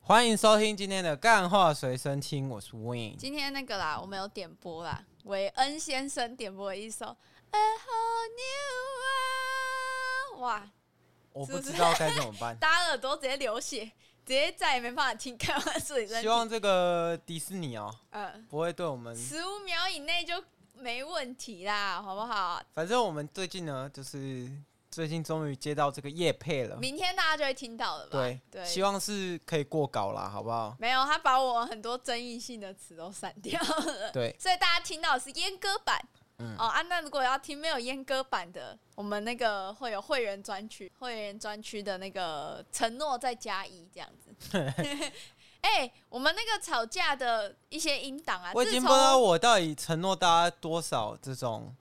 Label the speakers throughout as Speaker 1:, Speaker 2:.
Speaker 1: 欢迎收听今天的干话随身听，我是 Win。
Speaker 2: 今天那个啦，我们有点播啦，韦恩先生点播了一首《A Whole New World》，哇，
Speaker 1: 我不知道该怎么 办，
Speaker 2: 大家耳朵直接流血，直接再也没办法听看完自己在
Speaker 1: 希，望这个迪士尼哦
Speaker 2: 嗯，
Speaker 1: 不会对我们。
Speaker 2: 十五秒以内就没问题啦，好不好？
Speaker 1: 反正我们最近呢，就是最近终于接到这个叶配了，
Speaker 2: 明天大家就会听到了吧？
Speaker 1: 对，
Speaker 2: 对，
Speaker 1: 希望是可以过稿啦，好不好？
Speaker 2: 没有他把我很多争议性的词都删掉了，
Speaker 1: 对，
Speaker 2: 所以大家听到的是阉割版。
Speaker 1: 嗯
Speaker 2: 哦啊，那如果要听没有阉割版的，我们那个会有会员专区，会员专区的那个承诺再加一这样子。 哎、我们那个吵架的一些音档啊，
Speaker 1: 我已经
Speaker 2: 自
Speaker 1: 不
Speaker 2: 从
Speaker 1: 知道我到底承诺大家多少这种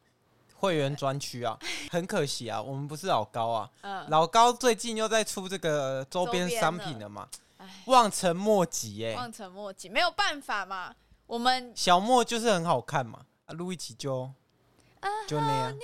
Speaker 1: 会员专区 啊，很可惜啊，我们不是老高啊，
Speaker 2: 嗯，
Speaker 1: 老高最近又在出这个周边
Speaker 2: 周边
Speaker 1: 商品
Speaker 2: 了
Speaker 1: 了嘛
Speaker 2: 唉，
Speaker 1: 望尘莫及哎、
Speaker 2: 望尘莫及，没有办法嘛。我们
Speaker 1: 小莫就是很好看嘛，啊，录一集就
Speaker 2: 啊
Speaker 1: 就那样，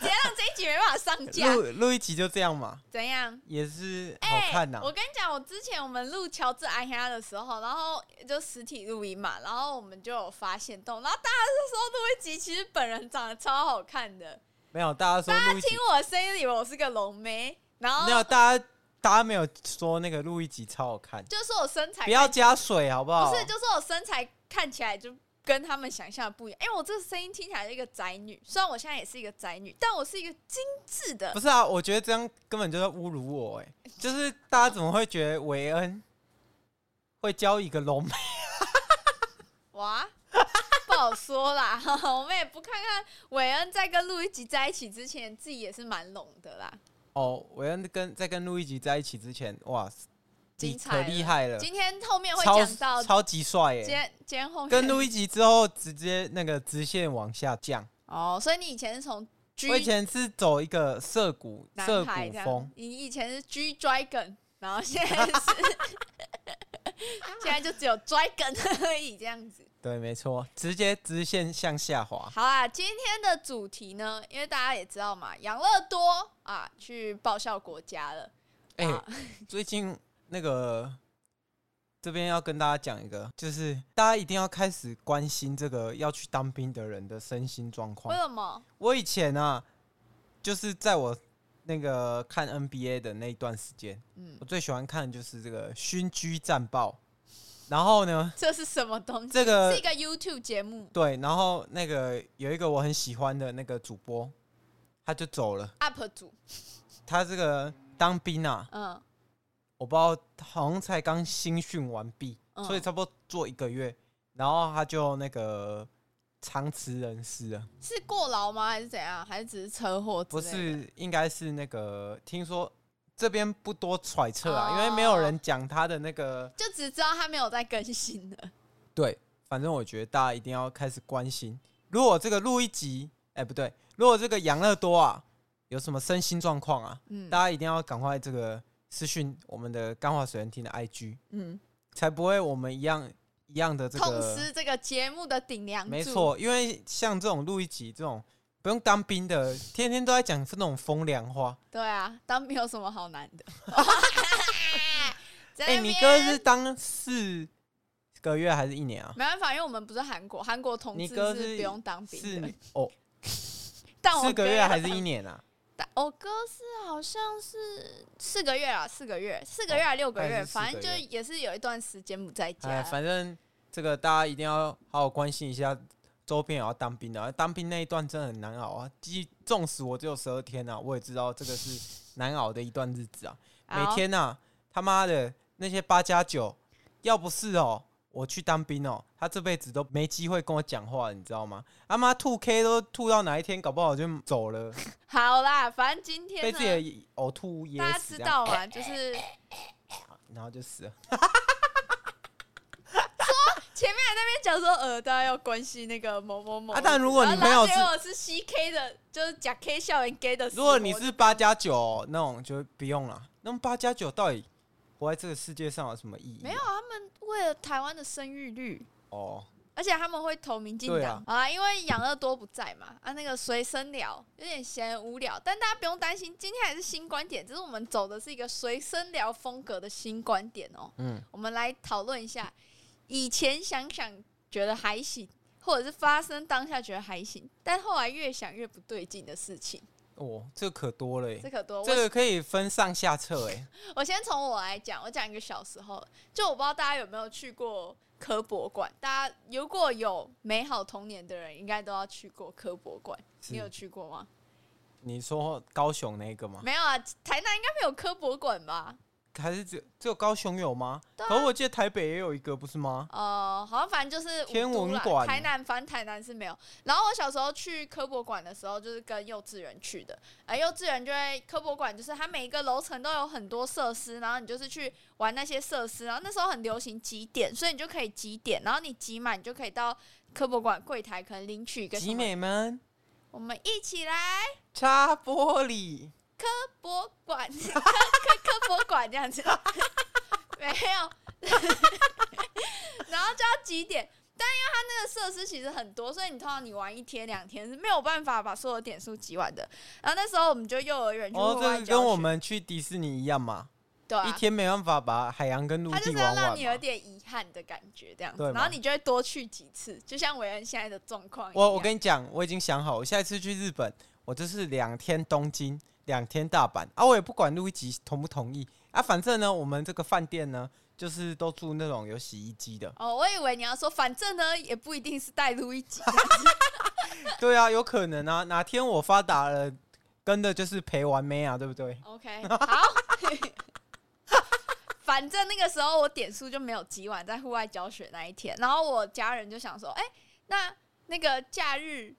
Speaker 2: 怎样这一集没办法上架
Speaker 1: 录？录一集就这样嘛，
Speaker 2: 怎样？
Speaker 1: 也是好看啊呐、
Speaker 2: 哎我跟你讲，我之前我们录乔治安家啊的时候，然后就实体录音嘛，然后我们就有发现动，然后大家就说录一集，其实本人长得超好看的。
Speaker 1: 没有，大家说录一集
Speaker 2: 听，我的声音里，我是个龙妹，然后
Speaker 1: 没有，大家大家没有说那个录一集超好看，
Speaker 2: 就说我身材
Speaker 1: 不要
Speaker 2: 看起
Speaker 1: 加水好不好？
Speaker 2: 不是，就说我身材看起来就跟他们想象的不一样。哎因为我这个声音听起来是一个宅女，虽然我现在也是一个宅女，但我是一个精致的
Speaker 1: 不。是啊，我觉得这样根本就在侮辱我哎、就是大家怎么会觉得韦恩会教一个龙 妹？
Speaker 2: 哇， 不好说啦， 我们也不看看韦恩在跟路易吉在一起之前，自己也是蛮拢的啦。
Speaker 1: 哦，韦恩跟在跟路易吉在一起之前，哇，你
Speaker 2: 精
Speaker 1: 可
Speaker 2: 彩
Speaker 1: 厉害了，
Speaker 2: 今天后面会讲
Speaker 1: 超
Speaker 2: 到，
Speaker 1: 超级帅欸
Speaker 2: 今
Speaker 1: 耶！
Speaker 2: 天今天后面
Speaker 1: 跟路易吉之后，直接那个直线往下降。
Speaker 2: 哦，所以你以前是从 G
Speaker 1: 我以前是走一个涩谷涩
Speaker 2: 男
Speaker 1: 谷
Speaker 2: 孩这样
Speaker 1: 风，，
Speaker 2: 你以前是 G Dragon，然后现 在是现在就只有 Dragon 而已这样子。
Speaker 1: 对，没错，直接直线向下滑。
Speaker 2: 好啊，今天的主题呢，因为大家也知道嘛，养乐多啊去报效国家了。
Speaker 1: 哎、
Speaker 2: 啊
Speaker 1: 最近那个这边要跟大家讲一个，就是大家一定要开始关心这个要去当兵的人的身心状
Speaker 2: 为
Speaker 1: 况。
Speaker 2: 什么？
Speaker 1: 我以前啊，就是在我那个看 NBA 的那一段时间，
Speaker 2: 嗯，
Speaker 1: 我最喜欢看的就是这个勋居战报，然后呢，
Speaker 2: 这是什么东西？
Speaker 1: 这个
Speaker 2: 是一个 YouTube 节目
Speaker 1: 对，然后那个有一个我很喜欢的那个主播，他就走了。
Speaker 2: UP 主，
Speaker 1: 他这个当兵啊，
Speaker 2: 嗯，
Speaker 1: 我不知道，好像才刚新训完毕，
Speaker 2: 嗯
Speaker 1: 所以差不多做一个月，然后他就那个长辞人世了。
Speaker 2: 是过劳吗？还是怎样？还是只是车祸？
Speaker 1: 不，是，应该是那个听说这边不多揣测啊，
Speaker 2: 哦
Speaker 1: 因为没有人讲他的那个。
Speaker 2: 就只知道他没有在更新了。
Speaker 1: 对，反正我觉得大家一定要开始关心。如果这个录一集，哎、不对，如果这个养乐多啊有什么身心状况啊，
Speaker 2: 嗯
Speaker 1: 大家一定要赶快这个私讯我们的钢化水人厅的 IG，
Speaker 2: 嗯，
Speaker 1: 才不会我们一样一样的这
Speaker 2: 痛
Speaker 1: 个。
Speaker 2: 失这个节目的顶梁柱。
Speaker 1: 没错，因为像这种录一集这种不用当兵的，天天都在讲这种风凉话。
Speaker 2: 对啊，当兵有什么好难的？在
Speaker 1: 哎、
Speaker 2: 那
Speaker 1: 你
Speaker 2: 边
Speaker 1: 哥是当四个月还是一年啊？
Speaker 2: 没办法，因为我们不是韩国，韩国同
Speaker 1: 你
Speaker 2: 志
Speaker 1: 哥
Speaker 2: 不用当
Speaker 1: 是
Speaker 2: 兵的。
Speaker 1: 哦，
Speaker 2: 但我
Speaker 1: 四个月还是
Speaker 2: 有
Speaker 1: 一 年啊？
Speaker 2: 当我哥是好像是四个月啊，四个月，四个月还六个
Speaker 1: 他
Speaker 2: 月，
Speaker 1: 哦也是四个月
Speaker 2: 反正就也是有一段时间不在家
Speaker 1: 哎，。反正这个大家一定要好好关心一下周边也要当兵的、啊，当兵那一段真的很难熬啊。即纵使我只有十二天啊，我也知道这个是难熬的一段日子啊。每
Speaker 2: 好
Speaker 1: 天啊，他妈的那些八加九，要不是哦我去当兵哦，他这辈子都没机会跟我讲话，你知道吗？他妈吐 K 都吐到哪一天，搞不好我就走了，
Speaker 2: 好啦，反正今天
Speaker 1: 被
Speaker 2: 呢
Speaker 1: 自己的呕吐噎
Speaker 2: 大家
Speaker 1: 死
Speaker 2: 知
Speaker 1: 这样，
Speaker 2: 道嘛，就是
Speaker 1: 然后就死了。
Speaker 2: 前面还在那边讲说，呃，大家要关心那个某某某。
Speaker 1: 啊但如果你
Speaker 2: 然
Speaker 1: 朋友
Speaker 2: 后
Speaker 1: 是
Speaker 2: 然后结果是 CK 的，就是假 K 校园 gay 的时
Speaker 1: 如
Speaker 2: 候，
Speaker 1: 果你是八加九哦那种，就不用了。那么八加九到底活在这个世界上有什么意义啊？
Speaker 2: 没有，他们为了台湾的生育率，
Speaker 1: 哦，
Speaker 2: 而且他们会投民进
Speaker 1: 对
Speaker 2: 党
Speaker 1: 啊
Speaker 2: 好啊，因为养乐多不在嘛，啊，那个随身聊有点闲无聊，但大家不用担心，今天还是新观点，只是我们走的是一个随身聊风格的新观点哦。
Speaker 1: 嗯，
Speaker 2: 我们来讨论一下，以前想想觉得还行，或者是发生当下觉得还行，但后来越想越不对劲的事情，
Speaker 1: 哦，这可多了耶
Speaker 2: 这可多。
Speaker 1: 这
Speaker 2: 我
Speaker 1: 个可以分上下册哎，
Speaker 2: 我先从我来讲，我讲一个小时候，就我不知道大家有没有去过科博馆，大家如果有美好童年的人，应该都要去过科博馆。你有
Speaker 1: 是
Speaker 2: 去过吗？
Speaker 1: 你说高雄那个吗？
Speaker 2: 没有啊，台南应该没有科博馆吧？
Speaker 1: 还是只有只有高雄有吗？
Speaker 2: 啊
Speaker 1: 可我记得台北也有一个，不是吗？
Speaker 2: 呃，好像反正就是
Speaker 1: 天
Speaker 2: 五都啦
Speaker 1: 文馆
Speaker 2: 台南，反正台南是没有。然后我小时候去科博馆的时候，就是跟幼稚园去的。哎、幼稚园就会科博馆，就是它每一个楼层都有很多设施，然后你就是去玩那些设施。然后那时候很流行集点，所以你就可以集点，然后你集满，你就可以到科博馆柜台，可能领取一个什
Speaker 1: 集
Speaker 2: 么。
Speaker 1: 美们
Speaker 2: 我们一起来
Speaker 1: 擦玻璃，
Speaker 2: 博馆， 科科科博馆这样子， 没有， 然后就要几点？但因为它那个设施其实很多，所以你通常你玩一天两天是没有办法把所有点数集完的。然后那时候我们就幼儿园去
Speaker 1: 哦
Speaker 2: 户，
Speaker 1: 这
Speaker 2: 外
Speaker 1: 个
Speaker 2: 教
Speaker 1: 跟
Speaker 2: 学，
Speaker 1: 我们去迪士尼一样嘛，
Speaker 2: 对
Speaker 1: 一
Speaker 2: 啊，
Speaker 1: 天没办法把海洋跟陆
Speaker 2: 它就
Speaker 1: 地
Speaker 2: 是要
Speaker 1: 玩
Speaker 2: 让
Speaker 1: 完
Speaker 2: 你有
Speaker 1: 嘛。
Speaker 2: 点遗憾的感觉这样子
Speaker 1: 对，嘛
Speaker 2: 然后你就会多去几次，就像韦恩现在的状况一样。，
Speaker 1: 我我跟你讲，我已经想好，我下一次去日本，我就是两天东京，两天大阪啊，我也不管录一集同不同意啊，反正呢，我们这个饭店呢，就是都住那种有洗衣机的
Speaker 2: 哦，我以为你要说，反正呢也不一定是带路一集，
Speaker 1: 对啊，有可能啊，哪天我发达了，跟的就是陪玩妹啊，对不对？
Speaker 2: OK，好。 反正那个时候我点数就没有集完，在户外教学那一天，然后我家人就想说，哎、那那个假日，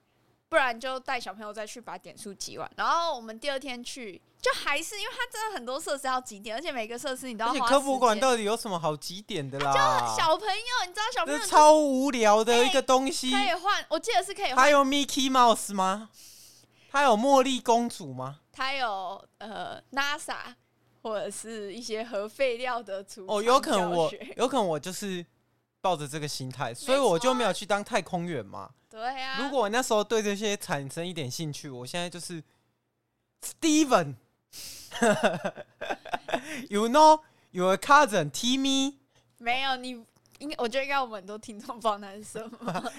Speaker 2: 不然就带小朋友再去把点数集完。然后我们第二天去，就还是因为它真的很多设施要集点，而且每个设施你都要
Speaker 1: 而且
Speaker 2: 花
Speaker 1: 科普馆
Speaker 2: 时间
Speaker 1: 到底有什么好几点的啦？
Speaker 2: 小朋友，你知道小朋
Speaker 1: 这
Speaker 2: 友
Speaker 1: 超无聊的
Speaker 2: 哎
Speaker 1: 一个东西。
Speaker 2: 可以换，我记得是可以换，
Speaker 1: 还有 Mickey Mouse 吗？还有茉莉公主吗？
Speaker 2: 它有呃 NASA 或者是一些核废料的储
Speaker 1: 哦，
Speaker 2: 藏
Speaker 1: 有可能
Speaker 2: 教
Speaker 1: 我
Speaker 2: 学
Speaker 1: 有可能我就是抱着这个心态，所以我就没有去当太空员嘛。
Speaker 2: 对啊，
Speaker 1: 如果我那时候对这些产生一点兴趣，我现在就是 Steven 。You know your cousin Timmy，
Speaker 2: 没有你，应我觉得应该我们很多听众不知道那是什么。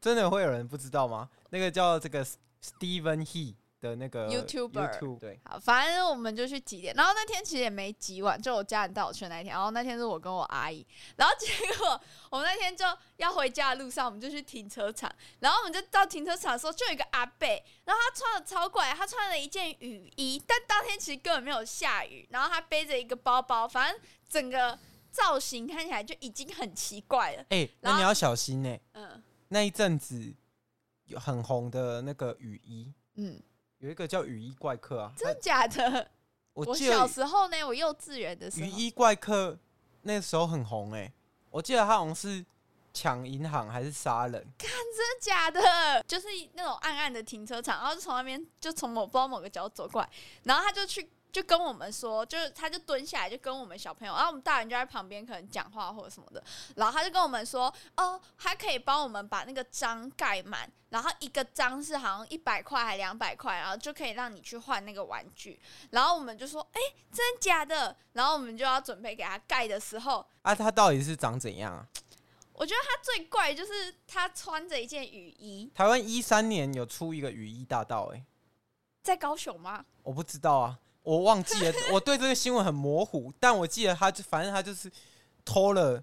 Speaker 1: 真的会有人不知道吗？那个叫这个 Steven He 的那个
Speaker 2: YouTuber
Speaker 1: YouTube，对，
Speaker 2: 好，反正我们就去几点，然后那天其实也没几晚，就我家人带我去的那一天，然后那天是我跟我阿姨，然后结果我们那天就要回家的路上，我们就去停车场，然后我们就到停车场的时候，就有一个阿伯，然后他穿的超怪，他穿了一件雨衣，但当天其实根本没有下雨，然后他背着一个包包，反正整个造型看起来就已经很奇怪了，
Speaker 1: 哎、那
Speaker 2: 然后
Speaker 1: 你要小心呢、
Speaker 2: 嗯
Speaker 1: 那一阵子有很红的那个雨衣，
Speaker 2: 嗯，
Speaker 1: 有一个叫雨衣怪客啊，
Speaker 2: 真
Speaker 1: 他
Speaker 2: 的假的？
Speaker 1: 我嗯
Speaker 2: 我
Speaker 1: 记
Speaker 2: 小
Speaker 1: 得
Speaker 2: 时候呢，我幼稚园的时
Speaker 1: 雨
Speaker 2: 候，
Speaker 1: 衣怪客那时候很红哎、我记得他好像是抢银行还是杀人，
Speaker 2: 真的假的？就是那种暗暗的停车场，然后就从那边就从某不知道某个角走过来，然后他就去就跟我们说，就是他就蹲下来就跟我们小朋友，然后我们大人就在旁边可能讲话或者什么的，然后他就跟我们说，哦，他可以帮我们把那个章盖满，然后一个章是好像一百块还两百块，然后就可以让你去换那个玩具，然后我们就说，哎，真的假的？然后我们就要准备给他盖的时候，
Speaker 1: 啊，他到底是长怎样啊？
Speaker 2: 我觉得他最怪的就是他穿着一件雨衣，
Speaker 1: 台湾一三年有出一个雨衣大盗哎、
Speaker 2: 在高雄吗？
Speaker 1: 我不知道啊，我忘记了， 我对这个新闻很模糊，但我记得他就反正他就是偷了，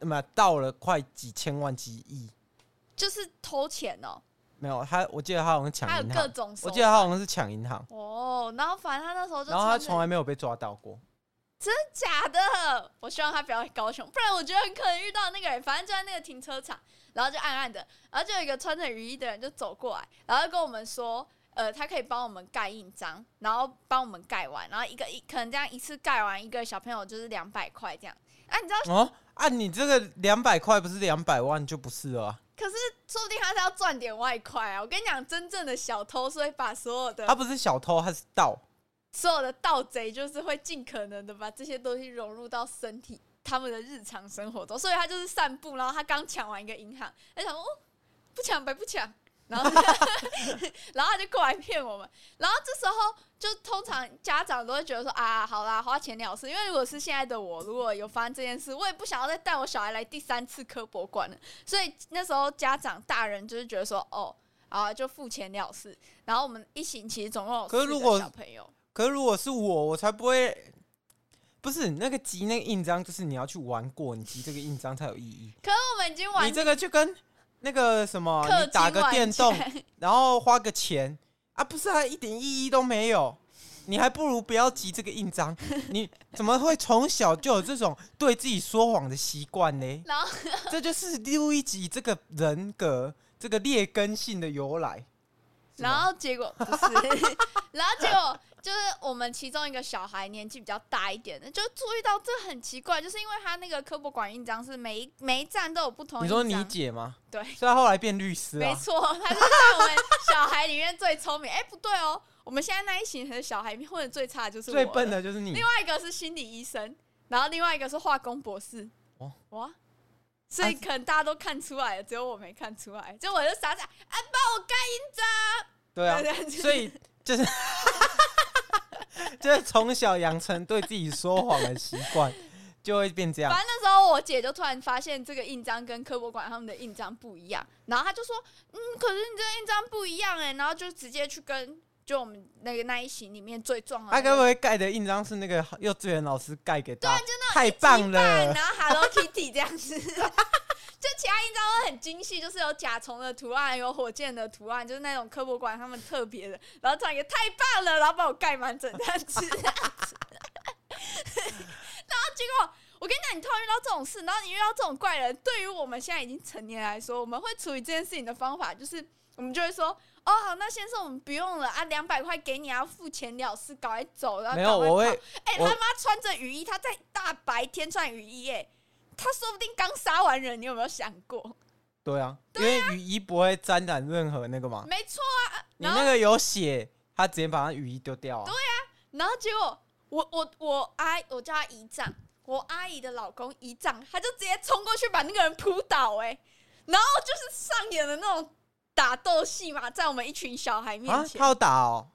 Speaker 1: 嘛盗了快几千万几亿，
Speaker 2: 就是偷钱哦，
Speaker 1: 没有他，我记得他好像抢
Speaker 2: 还有
Speaker 1: 银
Speaker 2: 各
Speaker 1: 行，
Speaker 2: 种手
Speaker 1: 我记得他好像是抢银行。
Speaker 2: 哦，然后反正他那时候就
Speaker 1: 然后他
Speaker 2: 穿
Speaker 1: 从
Speaker 2: 着
Speaker 1: 来没有被抓到过。
Speaker 2: 假的，我希望他不要高雄，不然我觉得很可能遇到那个人。反正就在那个停车场，然后就暗暗的，然后就有一个穿着雨衣的人就走过来，然后跟我们说，呃，他可以帮我们盖印章，然后帮我们盖完，然后一个一可能这样一次盖完一个小朋友就是两百块这样。啊，你知道，
Speaker 1: 哦，啊，你这个两百块不是两百万就不是了、啊，
Speaker 2: 可是说不定他是要赚点外快啊！我跟你讲，真正的小偷是会把所有的
Speaker 1: 他不是小偷，他是盗。
Speaker 2: 所有的盗贼就是会尽可能的把这些东西融入到身体他们的日常生活中，所以他就是散步，然后他刚抢完一个银行，他想说哦，不抢白不抢，然后 然后他就过来骗我们，然后这时候就哦通常家长都会觉得说啊，好啦，花钱了事，因为如果是现在的我，如果有发生这件事，我也不想要再带我小孩来第三次科博馆了，所以那时候家长大人就是觉得说哦。好啊，就付钱了事。然后我们一行其实总共有
Speaker 1: 可是
Speaker 2: 四个
Speaker 1: 如果
Speaker 2: 小朋友，
Speaker 1: 可是如果是我，我才不会。不是那个集那个印章，就是你要去玩过，你集这个印章才有意义。
Speaker 2: 可是我们已经玩
Speaker 1: 你这个就跟那个什么，
Speaker 2: 氪
Speaker 1: 你打
Speaker 2: 金
Speaker 1: 个
Speaker 2: 玩
Speaker 1: 电动，
Speaker 2: 家
Speaker 1: 然后花个钱啊，不是啊，一点意义都没有。你还不如不要集这个印章。 你怎么会从小就有这种对自己说谎的习惯呢？
Speaker 2: 然后
Speaker 1: 这就是路易吉这个人格这个劣根性的由来。是
Speaker 2: 然
Speaker 1: 吗
Speaker 2: 后结果不是， 然后结果就是我们其中一个小孩年纪比较大一点的，就注意到这很奇怪，就是因为他那个科博馆印章是每一每一站都有不同
Speaker 1: 你
Speaker 2: 印
Speaker 1: 说
Speaker 2: 章。
Speaker 1: 你姐吗？
Speaker 2: 对
Speaker 1: 所以她后来变律师
Speaker 2: 没
Speaker 1: 啊。
Speaker 2: 错，他就是在我们小孩里面最聪明。哎、 不对哦，我们现在那一行的小孩里面混的最差的就是我
Speaker 1: 最笨
Speaker 2: 了。
Speaker 1: 的就是你
Speaker 2: 另，外一个是心理医生，然后另外一个是化工博士。
Speaker 1: 哦
Speaker 2: 哇！所以可能大家都看出来了，只有我没看出来。就我就傻傻，啊，帮我盖印章。
Speaker 1: 对啊
Speaker 2: 这，样子
Speaker 1: 所以就是 就是从小养成对自己说谎的习惯，就会变这样
Speaker 2: 反。正那时候我姐就突然发现这个印章跟科博馆他们的印章不一样，然后她就说：“嗯，可是你这个印章不一样哎、然后就直接去跟就我们那个那一行里面最壮的、
Speaker 1: 啊他
Speaker 2: 那
Speaker 1: 该不
Speaker 2: 个。
Speaker 1: 会盖的印章是那个幼稚园老师盖给
Speaker 2: 对啊
Speaker 1: 他？
Speaker 2: 就
Speaker 1: 太棒
Speaker 2: 然
Speaker 1: 了！
Speaker 2: 后 Hello Kitty 这样子， 就其他印章都很精细，就是有甲虫的图案，有火箭的图案，就是那种科博馆他们特别的。然后突然也太棒了，然后把我盖满整张纸。然后结果我跟你讲，你突然遇到这种事，然后你遇到这种怪人，对于我们现在已经成年来说，我们会处理这件事情的方法就是。我们就会说，哦，好，那先生，我们不用了啊，两百块给你，要付钱了事，赶快走，然后
Speaker 1: 没有，
Speaker 2: 赶快
Speaker 1: 我
Speaker 2: 跑
Speaker 1: 会
Speaker 2: 哎、
Speaker 1: 我
Speaker 2: 他妈穿着雨衣，他在大白天穿雨衣、哎，他说不定刚杀完人，你有没有想过？
Speaker 1: 对啊，因为雨衣不会沾染任何那个嘛。
Speaker 2: 没错，
Speaker 1: 你
Speaker 2: 然后
Speaker 1: 那个有血，他直接把他雨衣丢掉啊。
Speaker 2: 然后结果我我我阿我叫他姨丈，我阿姨的老公姨丈，他就直接冲过去把那个人扑倒、哎，然后就是上演了那种打斗戏嘛，在我们一群小孩面
Speaker 1: 啊，
Speaker 2: 前，
Speaker 1: 他要打哦，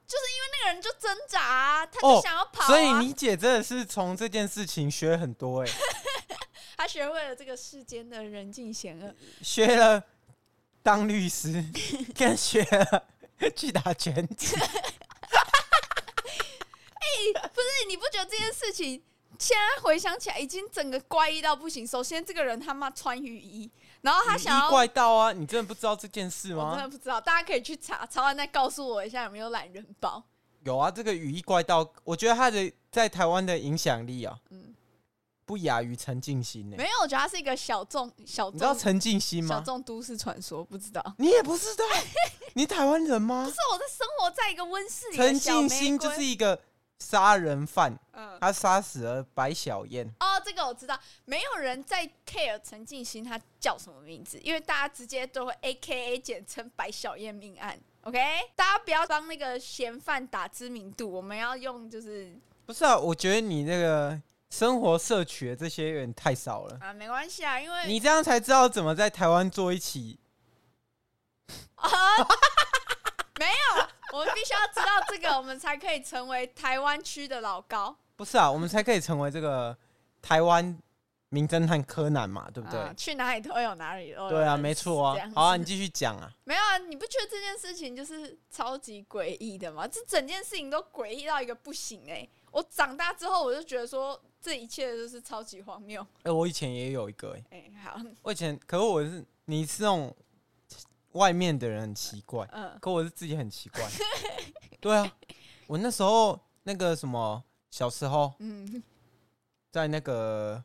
Speaker 2: 那个人就挣扎、啊，他
Speaker 1: 哦
Speaker 2: 就想要跑、啊
Speaker 1: 所以你姐真的是从这件事情学很多 哎、
Speaker 2: 他学会了这个世间的人尽险恶。
Speaker 1: 学了当律师， 更学了去打拳击。
Speaker 2: 对，你不觉得这件事情现在回想起来，已经整个怪异到不行？首先，这个人他妈穿雨衣，然后 他
Speaker 1: 雨
Speaker 2: 想要，
Speaker 1: 衣怪盗啊，你真的不知道这件事
Speaker 2: 我真
Speaker 1: 吗
Speaker 2: 的？不知道，大家可以去查，查完再告诉我一下有没有懒人包。
Speaker 1: 有啊，这个雨衣怪盗，我觉得他的在台湾的影响力啊，
Speaker 2: 嗯
Speaker 1: 不亚于陈静心呢、
Speaker 2: 没有，我觉得他是一个小众、小
Speaker 1: 你知道
Speaker 2: 众、
Speaker 1: 陈静心
Speaker 2: 小
Speaker 1: 吗？嗯
Speaker 2: 众都市传说，不知道。
Speaker 1: 你也不知 道，你台湾人吗
Speaker 2: 不？是，我在生活在一个温室里的
Speaker 1: 陈
Speaker 2: 小
Speaker 1: 静
Speaker 2: 玫
Speaker 1: 心
Speaker 2: 瑰
Speaker 1: 就是一个杀人犯，
Speaker 2: 嗯。
Speaker 1: 他杀死了白小燕。
Speaker 2: 哦，这个我知道，没有人在 care 陈静心他叫什么名字，因为大家直接都会 A K A 简称白小燕命案。OK，大家不要帮那个嫌犯打知名度，我们要用就是
Speaker 1: 不是啊，我觉得你那个生活摄取的这些有点太少了，
Speaker 2: 啊，没关系啊，因为
Speaker 1: 你这样才知道怎么在台湾做一起。
Speaker 2: 啊，没有，我们必须要知道这个，我们才可以成为台湾区的老高，
Speaker 1: 不是啊，我们才可以成为这个台湾名侦探柯南嘛，对不对？
Speaker 2: 啊去哪里都有哪里都有
Speaker 1: 对啊，
Speaker 2: 人
Speaker 1: 没错啊
Speaker 2: 这样。子
Speaker 1: 好 啊，你继续讲啊。
Speaker 2: 没有啊，你不觉得这件事情就是超级诡异的吗？这整件事情都诡异到一个不行哎、我长大之后，我就觉得说这一切就是超级荒谬。
Speaker 1: 哎、我以前也有一个、欸，
Speaker 2: 哎、好，
Speaker 1: 我以前，可是我是你是那种外面的人很奇怪，
Speaker 2: 嗯，
Speaker 1: 可我是自己很奇怪。对啊，我那时候那个什么，小时候
Speaker 2: 嗯
Speaker 1: 在那个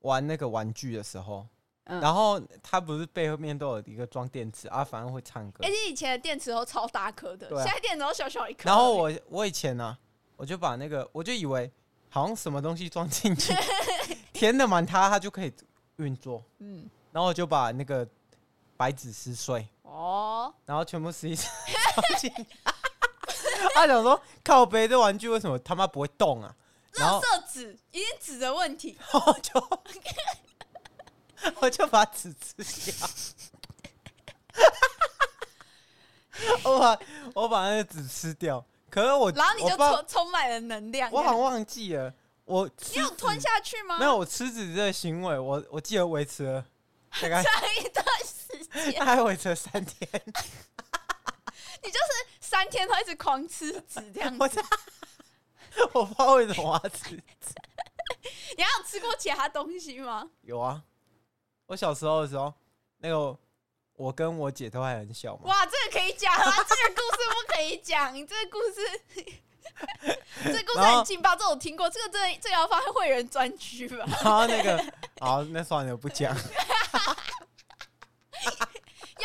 Speaker 1: 玩那个玩具的时候，
Speaker 2: 嗯
Speaker 1: 然后它不是背后面都有一个装电池啊，反正会唱歌。
Speaker 2: 而哎且以前的电池都超大颗的，
Speaker 1: 对啊
Speaker 2: 现在电池都小小一颗。
Speaker 1: 然后我我以前呢、我就把那个我就以为好像什么东西装进去，填的满它，它就可以运作。
Speaker 2: 嗯，
Speaker 1: 然后我就把那个白纸撕碎，
Speaker 2: 哦，
Speaker 1: 然后全部撕一 撕装进去。他想说靠背这玩具为什么他妈不会动啊？然后
Speaker 2: 色纸一定纸的问题，
Speaker 1: 我 就我就把纸吃掉， 我把我把那个纸吃掉。可是我，
Speaker 2: 然后你
Speaker 1: 我
Speaker 2: 就
Speaker 1: 不知道
Speaker 2: 充充满了能量。
Speaker 1: 我好像忘记了，我
Speaker 2: 你有吞下去吗？
Speaker 1: 没有，我吃纸这个行为，我我记得维持了大概
Speaker 2: 上一段时间，
Speaker 1: 大概维持了三天，
Speaker 2: 你就是三天都一直狂吃纸这样
Speaker 1: 我
Speaker 2: 子。
Speaker 1: 在我不知道为什么我要吃。
Speaker 2: 你还有吃过其他东西吗？
Speaker 1: 有啊，我小时候的时候，那个我跟我姐都还很小嘛，
Speaker 2: 哇，这个可以讲啊，这个故事不可以讲，你这个故事。这故事
Speaker 1: 然后
Speaker 2: 很劲爆，这我听过。这个真的，这个要放在会员专区吧？
Speaker 1: 然后那个，好，那算了，不讲。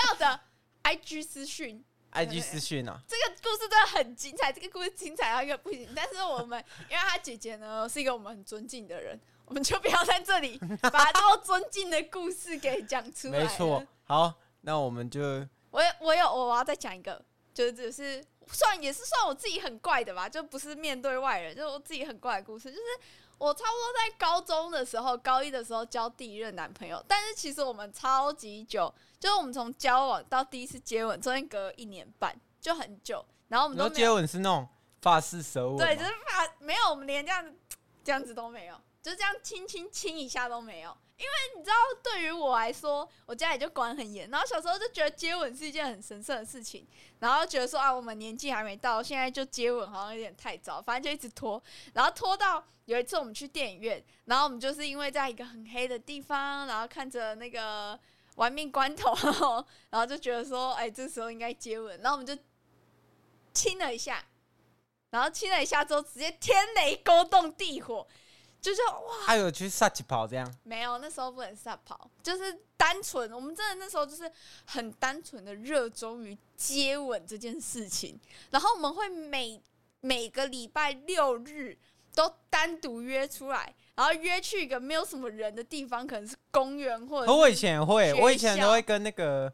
Speaker 2: 要的，IG 私讯。
Speaker 1: IG 私讯啊，
Speaker 2: 这个故事真的很精彩，这个故事精彩到一个不行。但是我们因为他姐姐呢是一个我们很尊敬的人，我们就不要在这里把她这么尊敬的故事给讲出来。
Speaker 1: 没错，。好，那我们就
Speaker 2: 我我有我要再讲一个，就是只是算也是算我自己很怪的吧，就不是面对外人，就是我自己很怪的故事。就是我差不多在高中的时候，高一的时候交第一任男朋友，但是其实我们超级久，就是我们从交往到第一次接吻，中间隔了一年半，就很久。然后我们
Speaker 1: 你
Speaker 2: 都
Speaker 1: 说
Speaker 2: 没有
Speaker 1: 接吻是那种发式舌吻吗，
Speaker 2: 对，就是把没有，我们连这样这样子都没有，就这样亲亲亲一下都没有。因为你知道，对于我来说，我家里就管很严，然后小时候就觉得接吻是一件很神圣的事情，然后觉得说啊，我们年纪还没到，现在就接吻好像有点太早，反正就一直拖，然后拖到有一次我们去电影院，然后我们就是因为在一个很黑的地方，然后看着那个玩命关头，然后就觉得说，哎，这时候应该接吻，然后我们就亲了一下，然后亲了一下之后，直接天雷勾动地火，就是哇，
Speaker 1: 还有去撒起跑这样，
Speaker 2: 没有，那时候不能撒跑，就是单纯，我们真的那时候就是很单纯的热衷于接吻这件事情，然后我们会每每个礼拜六日都单独约出来，然后约去一个没有什么人的地方，可能是公园或者
Speaker 1: 可
Speaker 2: 是
Speaker 1: 我以前也会，
Speaker 2: 学
Speaker 1: 我以前
Speaker 2: 校
Speaker 1: 都会跟那个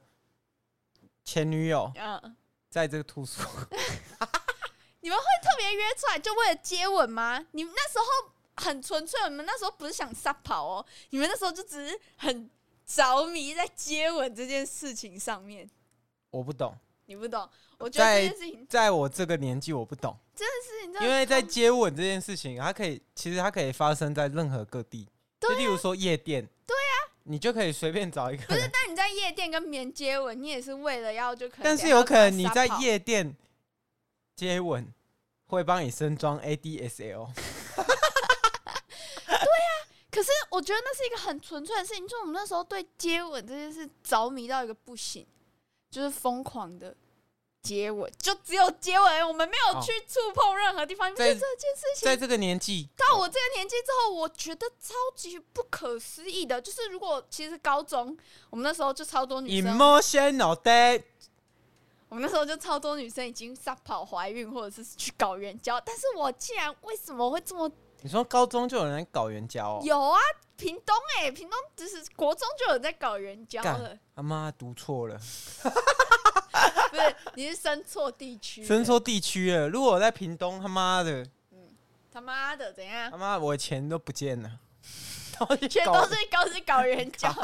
Speaker 1: 前女友
Speaker 2: 嗯，
Speaker 1: 在这个图书
Speaker 2: 特别约出来就为了接吻吗？你们那时候很纯粹，我们那时候不是想撒跑哦，你们那时候就只是很着迷在接吻这件事情上面，
Speaker 1: 我不懂，
Speaker 2: 你不懂？我觉得
Speaker 1: 在
Speaker 2: 这件事情，
Speaker 1: 在我这个年纪我不懂，
Speaker 2: 这件事情真的
Speaker 1: 因为在接吻这件事情，它可以其实它可以发生在任何各地，就
Speaker 2: 啊
Speaker 1: 例如说夜店，对呀，你就可以随便找一个 人，
Speaker 2: 那你在夜店跟别人接吻，你也是为了要就可能，
Speaker 1: 但是有可能你在，夜店接吻会帮你升装 ADSL，
Speaker 2: 可是我觉得那是一个很纯粹的事情，就是我们那时候对接吻这件事着迷到一个不行，就是疯狂的接吻，就只有接吻，我们没有
Speaker 1: 哦
Speaker 2: 去触碰任何地方，你不觉得
Speaker 1: 在
Speaker 2: 这件事情
Speaker 1: 在这个年纪，
Speaker 2: 到我这个年纪之后，我觉得超级不可思议的，就是如果其实高中我们那时候就超多女生，
Speaker 1: emotional day，
Speaker 2: 我们那时候就超多女生已经撒跑怀孕或者是去搞援交，但是我竟然为什么会这么
Speaker 1: 你说高中就有人搞援交哦，
Speaker 2: 有啊？屏东哎、屏东就是国中就有在搞援交了
Speaker 1: 干，他妈读错了，
Speaker 2: 不是？你是生错地区，
Speaker 1: 生错地区了。如果我在屏东，他妈的，
Speaker 2: 他妈的怎样
Speaker 1: 他？妈我钱都不见了，都去
Speaker 2: 全
Speaker 1: 搞
Speaker 2: 都是搞是搞援交。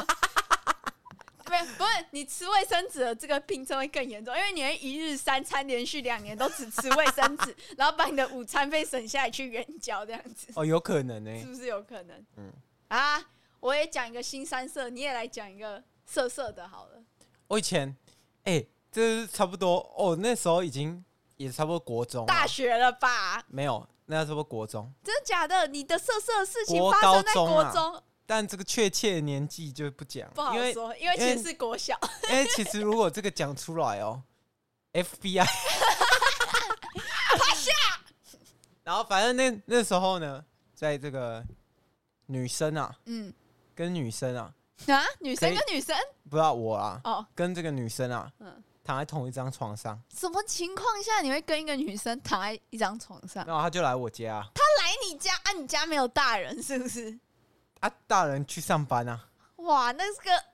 Speaker 2: 不是不是，你吃卫生纸的这个病症会更严重，因为你会一日三餐连续两年都只吃卫生纸， 然后把你的午餐费省下来去援交，这样子
Speaker 1: 哦，有可能呢、
Speaker 2: 是不是有可能？
Speaker 1: 嗯
Speaker 2: 啊，我也讲一个新三色，你也来讲一个色色的好了。
Speaker 1: 我以前，哎、这是差不多哦，那时候已经也差不多国中了
Speaker 2: 大学了吧？
Speaker 1: 没有，那差不多国中，
Speaker 2: 真的假的？你的色色的事情
Speaker 1: 国
Speaker 2: 发生
Speaker 1: 高
Speaker 2: 在
Speaker 1: 中
Speaker 2: 国
Speaker 1: 啊
Speaker 2: 中，
Speaker 1: 但这个确切的年纪就不讲，
Speaker 2: 不好
Speaker 1: 因为
Speaker 2: 说，因为
Speaker 1: 因为
Speaker 2: 其实是国小。
Speaker 1: 因为其实如果这个讲出来 哦，FBI，然后反正那那时候呢，在这个女生啊，
Speaker 2: 嗯
Speaker 1: 跟女生啊，
Speaker 2: 啊，女生
Speaker 1: 可以
Speaker 2: 跟女生
Speaker 1: 不知道我啊，
Speaker 2: 哦，
Speaker 1: 跟这个女生啊，
Speaker 2: 嗯。
Speaker 1: 躺在同一张床上，
Speaker 2: 什么情况下你会跟一个女生躺在一张床上？
Speaker 1: 然后她就来我家啊，
Speaker 2: 来你家啊，你家没有大人是不是？
Speaker 1: 啊大人去上班啊，
Speaker 2: 哇，那这个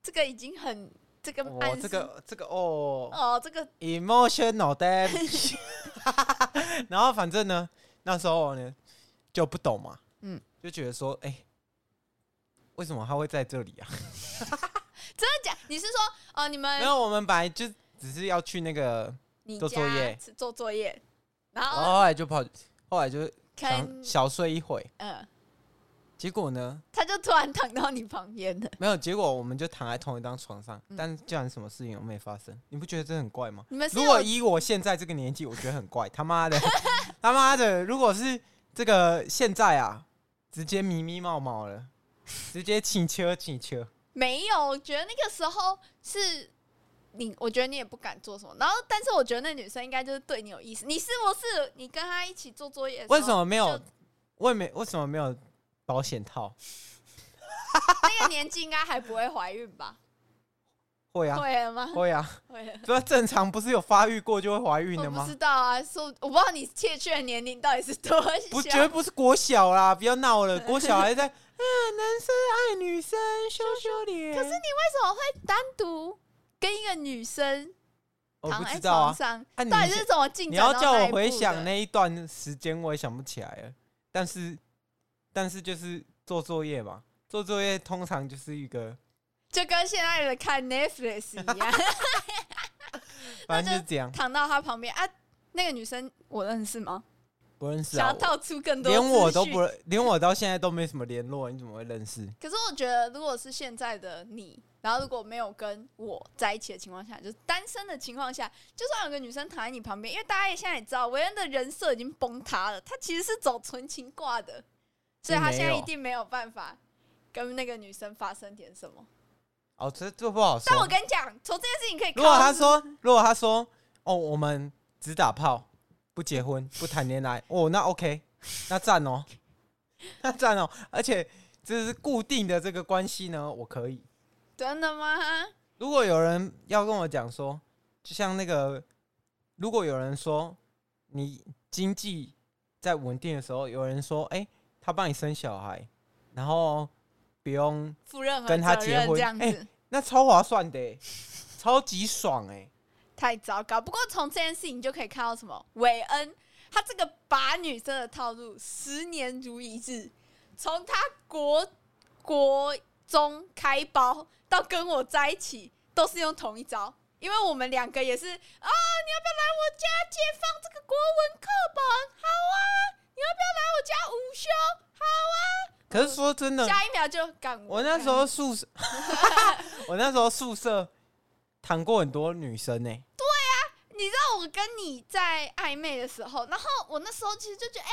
Speaker 2: 这个已经很这个
Speaker 1: 我、
Speaker 2: 暗示
Speaker 1: 这个这个哦，
Speaker 2: 哦，这个
Speaker 1: emotional damage。然后反正呢，那时候呢，就不懂嘛，嗯
Speaker 2: 嗯，
Speaker 1: 就觉得说，哎、为什么他会在这里啊？
Speaker 2: 真的假？你是说哦，你
Speaker 1: 然
Speaker 2: 们
Speaker 1: 后我们本来就只是要去那个，
Speaker 2: 你
Speaker 1: 做
Speaker 2: 家
Speaker 1: 作业
Speaker 2: 是做作业，然
Speaker 1: 然
Speaker 2: 后
Speaker 1: 后后来就跑，后来就
Speaker 2: 看
Speaker 1: 想小睡一会，
Speaker 2: 嗯，
Speaker 1: 结果呢，
Speaker 2: 他就突然躺到你旁边了，
Speaker 1: 没有，结果我们就躺在同一张床上，
Speaker 2: 嗯
Speaker 1: 但竟然什么事情都没发生，你不觉得这很怪吗？
Speaker 2: 你们是
Speaker 1: 如果
Speaker 2: 有
Speaker 1: 以我现在这个年纪，我觉得很怪，他妈的， 他妈的，如果是这个现在啊，直接迷迷冒冒了，直接请车请车，
Speaker 2: 没有？我觉得那个时候是你，我觉得你也不敢做什么。然后，但是我觉得那女生应该就是对你有意思。你是不是你跟她一起做作业？
Speaker 1: 为什？么没有
Speaker 2: 就？
Speaker 1: 为没为什么没有保险套？
Speaker 2: 那个年纪应该还不会怀孕吧？
Speaker 1: 会 啊，
Speaker 2: 会了吗？
Speaker 1: 会啊，
Speaker 2: 会了。
Speaker 1: 不是正常不是有发育过就会怀孕
Speaker 2: 我
Speaker 1: 的
Speaker 2: 不
Speaker 1: 吗
Speaker 2: 知？道啊，说我不知道你欠缺的年龄到底是多小。
Speaker 1: 不，绝对不是国小啦！不要闹 了，国小还在，嗯，男生爱女生，羞羞脸。
Speaker 2: 可是你为什么会单独跟一个女生
Speaker 1: 我
Speaker 2: 躺
Speaker 1: 不
Speaker 2: 在
Speaker 1: 知道
Speaker 2: 床
Speaker 1: 啊，
Speaker 2: 上？
Speaker 1: 啊你
Speaker 2: 到底是怎么进
Speaker 1: 你
Speaker 2: 展
Speaker 1: 要
Speaker 2: 到那
Speaker 1: 叫
Speaker 2: 一
Speaker 1: 我
Speaker 2: 步
Speaker 1: 回想
Speaker 2: 的？
Speaker 1: 那一段时间，我也想不起来了。但是，但是就是做作业嘛，做作业通常就是一个，
Speaker 2: 就跟现在的看 Netflix 一样，
Speaker 1: 反正就是这样，
Speaker 2: 躺到他旁边啊。那个女生我认识吗？
Speaker 1: 不认识
Speaker 2: 想
Speaker 1: 啊
Speaker 2: 要，道出更
Speaker 1: 我
Speaker 2: 多，
Speaker 1: 连我都不。认，连我到现在都没什么联络，你怎么会认识？
Speaker 2: 可是我觉得，如果是现在的你，然后如果没有跟我在一起的情况下，就是单身的情况下，就算有个女生躺在你旁边，因为大家也现在也知道，维恩的人设已经崩塌了，他其实是走纯情挂的，所以他
Speaker 1: 并没有
Speaker 2: 现在一定没有办法跟那个女生发生点 什么。
Speaker 1: 哦，这这不好
Speaker 2: 但我
Speaker 1: 说。
Speaker 2: 跟你讲，从这件事情可以看
Speaker 1: 如
Speaker 2: 到，
Speaker 1: 果他说，如果他说，哦，我们只打炮，不结婚，不谈恋爱，哦，那 OK，那赞哦， 那赞哦，而且这是固定的这个关系呢，我可以。
Speaker 2: 真的吗？
Speaker 1: 如果有人要跟我讲说，就像那个，如果有人说你经济在稳定的时候，有人说，哎、他帮你生小孩，然后不用，
Speaker 2: 负任何
Speaker 1: 跟他
Speaker 2: 责
Speaker 1: 结
Speaker 2: 任
Speaker 1: 婚
Speaker 2: 这样子。
Speaker 1: 哎那超划算的、欸，超级爽哎、
Speaker 2: 太糟糕。不过从这件事情就可以看到什么，韦恩他这个把女生的套路十年如一日，从他国国中开包到跟我在一起，都是用同一招。因为我们两个也是啊，你要不要来我家解放这个国文课本？好啊，你要不要来我家午休？好
Speaker 1: 可是说真的
Speaker 2: 啊，，下一秒就干
Speaker 1: 我那时候宿舍，我那时候宿舍谈过很多女生呢、欸
Speaker 2: 你知道我跟你在暧昧的时候，然后我那时候其实就觉得，哎、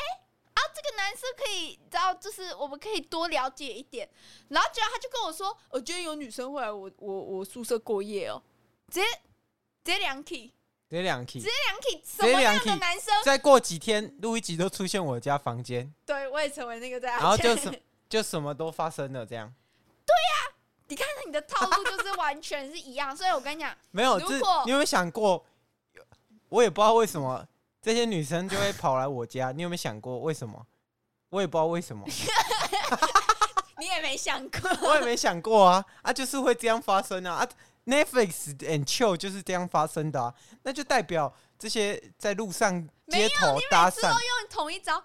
Speaker 2: 啊，这个男生可以，啊你知道，就是我们可以多了解一点。然后结果他就跟我说，我今天有女生会来我我我宿舍过夜哦，直接直接两 k
Speaker 1: 直接两 k
Speaker 2: 直接两 k 什
Speaker 1: 接
Speaker 2: 么
Speaker 1: 两
Speaker 2: 样
Speaker 1: key
Speaker 2: 的男生？
Speaker 1: 再过几天录一集都出现我家房间，
Speaker 2: 对我也成为那个在
Speaker 1: 然后就
Speaker 2: 是
Speaker 1: 什就什么都发生了这样。
Speaker 2: 你看你的套路就是完全是一样，所以我跟你讲，
Speaker 1: 没有，
Speaker 2: 如
Speaker 1: 这
Speaker 2: 果
Speaker 1: 你有没有想过？我也不知道为什么这些女生就会跑来我家。你有没有想过为什么？我也不知道为 什么，
Speaker 2: 你也没想过，
Speaker 1: 我也没想过啊啊，就是会这样发生啊啊！Netflix and chill 就是这样发生的啊，那就代表这些在路上街头搭
Speaker 2: 之后
Speaker 1: 讪，
Speaker 2: 用同一招。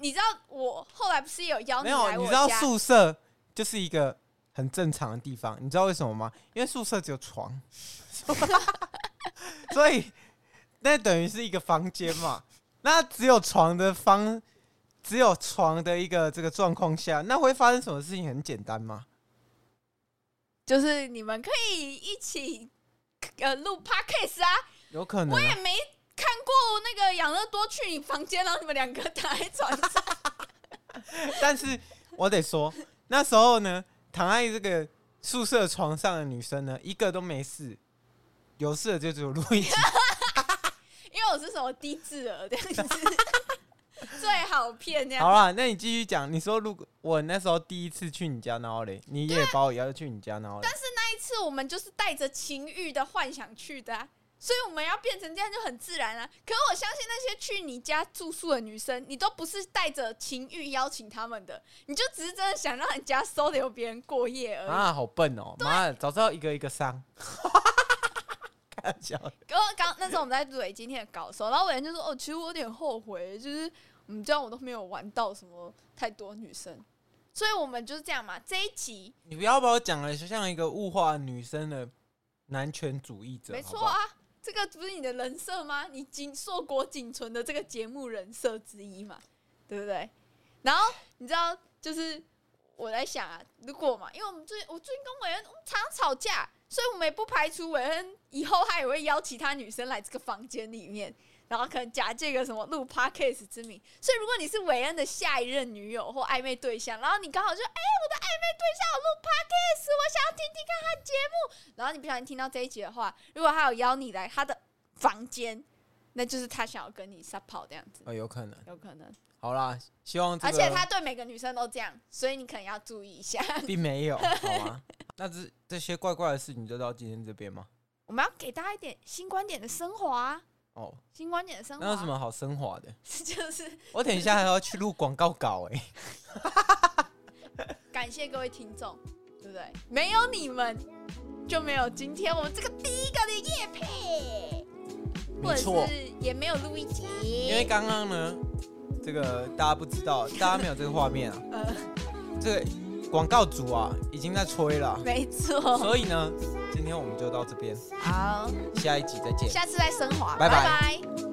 Speaker 2: 你知道我后来不是有邀你
Speaker 1: 没有，
Speaker 2: 来
Speaker 1: 你
Speaker 2: 我
Speaker 1: 知道
Speaker 2: 家？
Speaker 1: 宿舍就是一个很正常的地方，你知道为什么吗？因为宿舍只有床， 所以那等于是一个房间嘛。那只有床的方，只有床的一个这个状况下，那会发生什么事情？很简单吗？
Speaker 2: 就是你们可以一起呃录 podcast 啊。
Speaker 1: 有可能、
Speaker 2: 我也
Speaker 1: 啊，
Speaker 2: 没看过那个养乐多去你房间，然后你们两个躺在床上，
Speaker 1: 但是我得说，那时候呢，躺在这个宿舍床上的女生呢，一个都没事，有事的就只有路易吉。
Speaker 2: 因为我是什么低智儿这样子，最好骗这
Speaker 1: 好
Speaker 2: 样。
Speaker 1: 啦，那你继续讲。你说如果我那时候第一次去你家，然后嘞，你也把我邀去你家，然后嘞，
Speaker 2: 那一次我们就是带着情欲的幻想去的、啊。所以我们要变成这样就很自然啊！可是我相信那些去你家住宿的女生，你都不是带着情欲邀请他们的，你就只是真的想让人家收留别人过夜而已。
Speaker 1: 啊，好笨哦、妈的，早知道一个一个伤。 开玩笑，
Speaker 2: 然后刚那时候我们在蕊今天的稿的时候，然后伟人就说：“哦，其实我有点后悔，就是嗯，这样我都没有玩到什么太多女生，所以我们就是这样嘛。这一集
Speaker 1: 你不要把我讲的像一个物化女生的男权主义者，
Speaker 2: 没
Speaker 1: 好
Speaker 2: 错
Speaker 1: 不好
Speaker 2: 啊，这个不是你的人设吗？你仅硕果仅存的这个节目人设之一嘛，对不对？然后你知道，就是我在想啊，如果嘛，因为我们最我最近跟韦恩我们常常吵架，所以我们也不排除韦恩以后他也会邀其他女生来这个房间里面。然后可能假借个什么录 podcast 之名，所以如果你是韦恩的下一任女友或暧昧对象，然后你刚好就哎、我的暧昧对象有录 podcast，我想要听听看他的节目，然后你不小心听到这一集的话，如果他有邀你来他的房间，那就是他想要跟你撒跑这样子，
Speaker 1: 呃，有可能。
Speaker 2: 有可能。
Speaker 1: 好啦，希望这
Speaker 2: 而且
Speaker 1: 个
Speaker 2: 他对每个女生都这样，所以你可能要注意一下。
Speaker 1: 并没有，好吗？ 那这这些怪怪的事情就到今天这边吗？
Speaker 2: 我们要给大家一点新观点的升华啊，
Speaker 1: 哦，
Speaker 2: 新观点的升华。
Speaker 1: 那有什？么好升华的？
Speaker 2: 就是
Speaker 1: 我等一下还要去录广告稿哎、
Speaker 2: 感谢各位听众，对不对？没有你们，就没有今天我们这个第一个的夜配，
Speaker 1: 没
Speaker 2: 或者
Speaker 1: 错，
Speaker 2: 是也没有录一集，
Speaker 1: 因为刚刚呢，这个大家不知道，大家没有这个画面啊，
Speaker 2: 呃，
Speaker 1: 这个广告组啊已经在催了啊、
Speaker 2: 没错。
Speaker 1: 所以呢，今天我们就到这边，
Speaker 2: 好，
Speaker 1: 下一集再见。
Speaker 2: 下次再升华，
Speaker 1: 拜拜
Speaker 2: 拜拜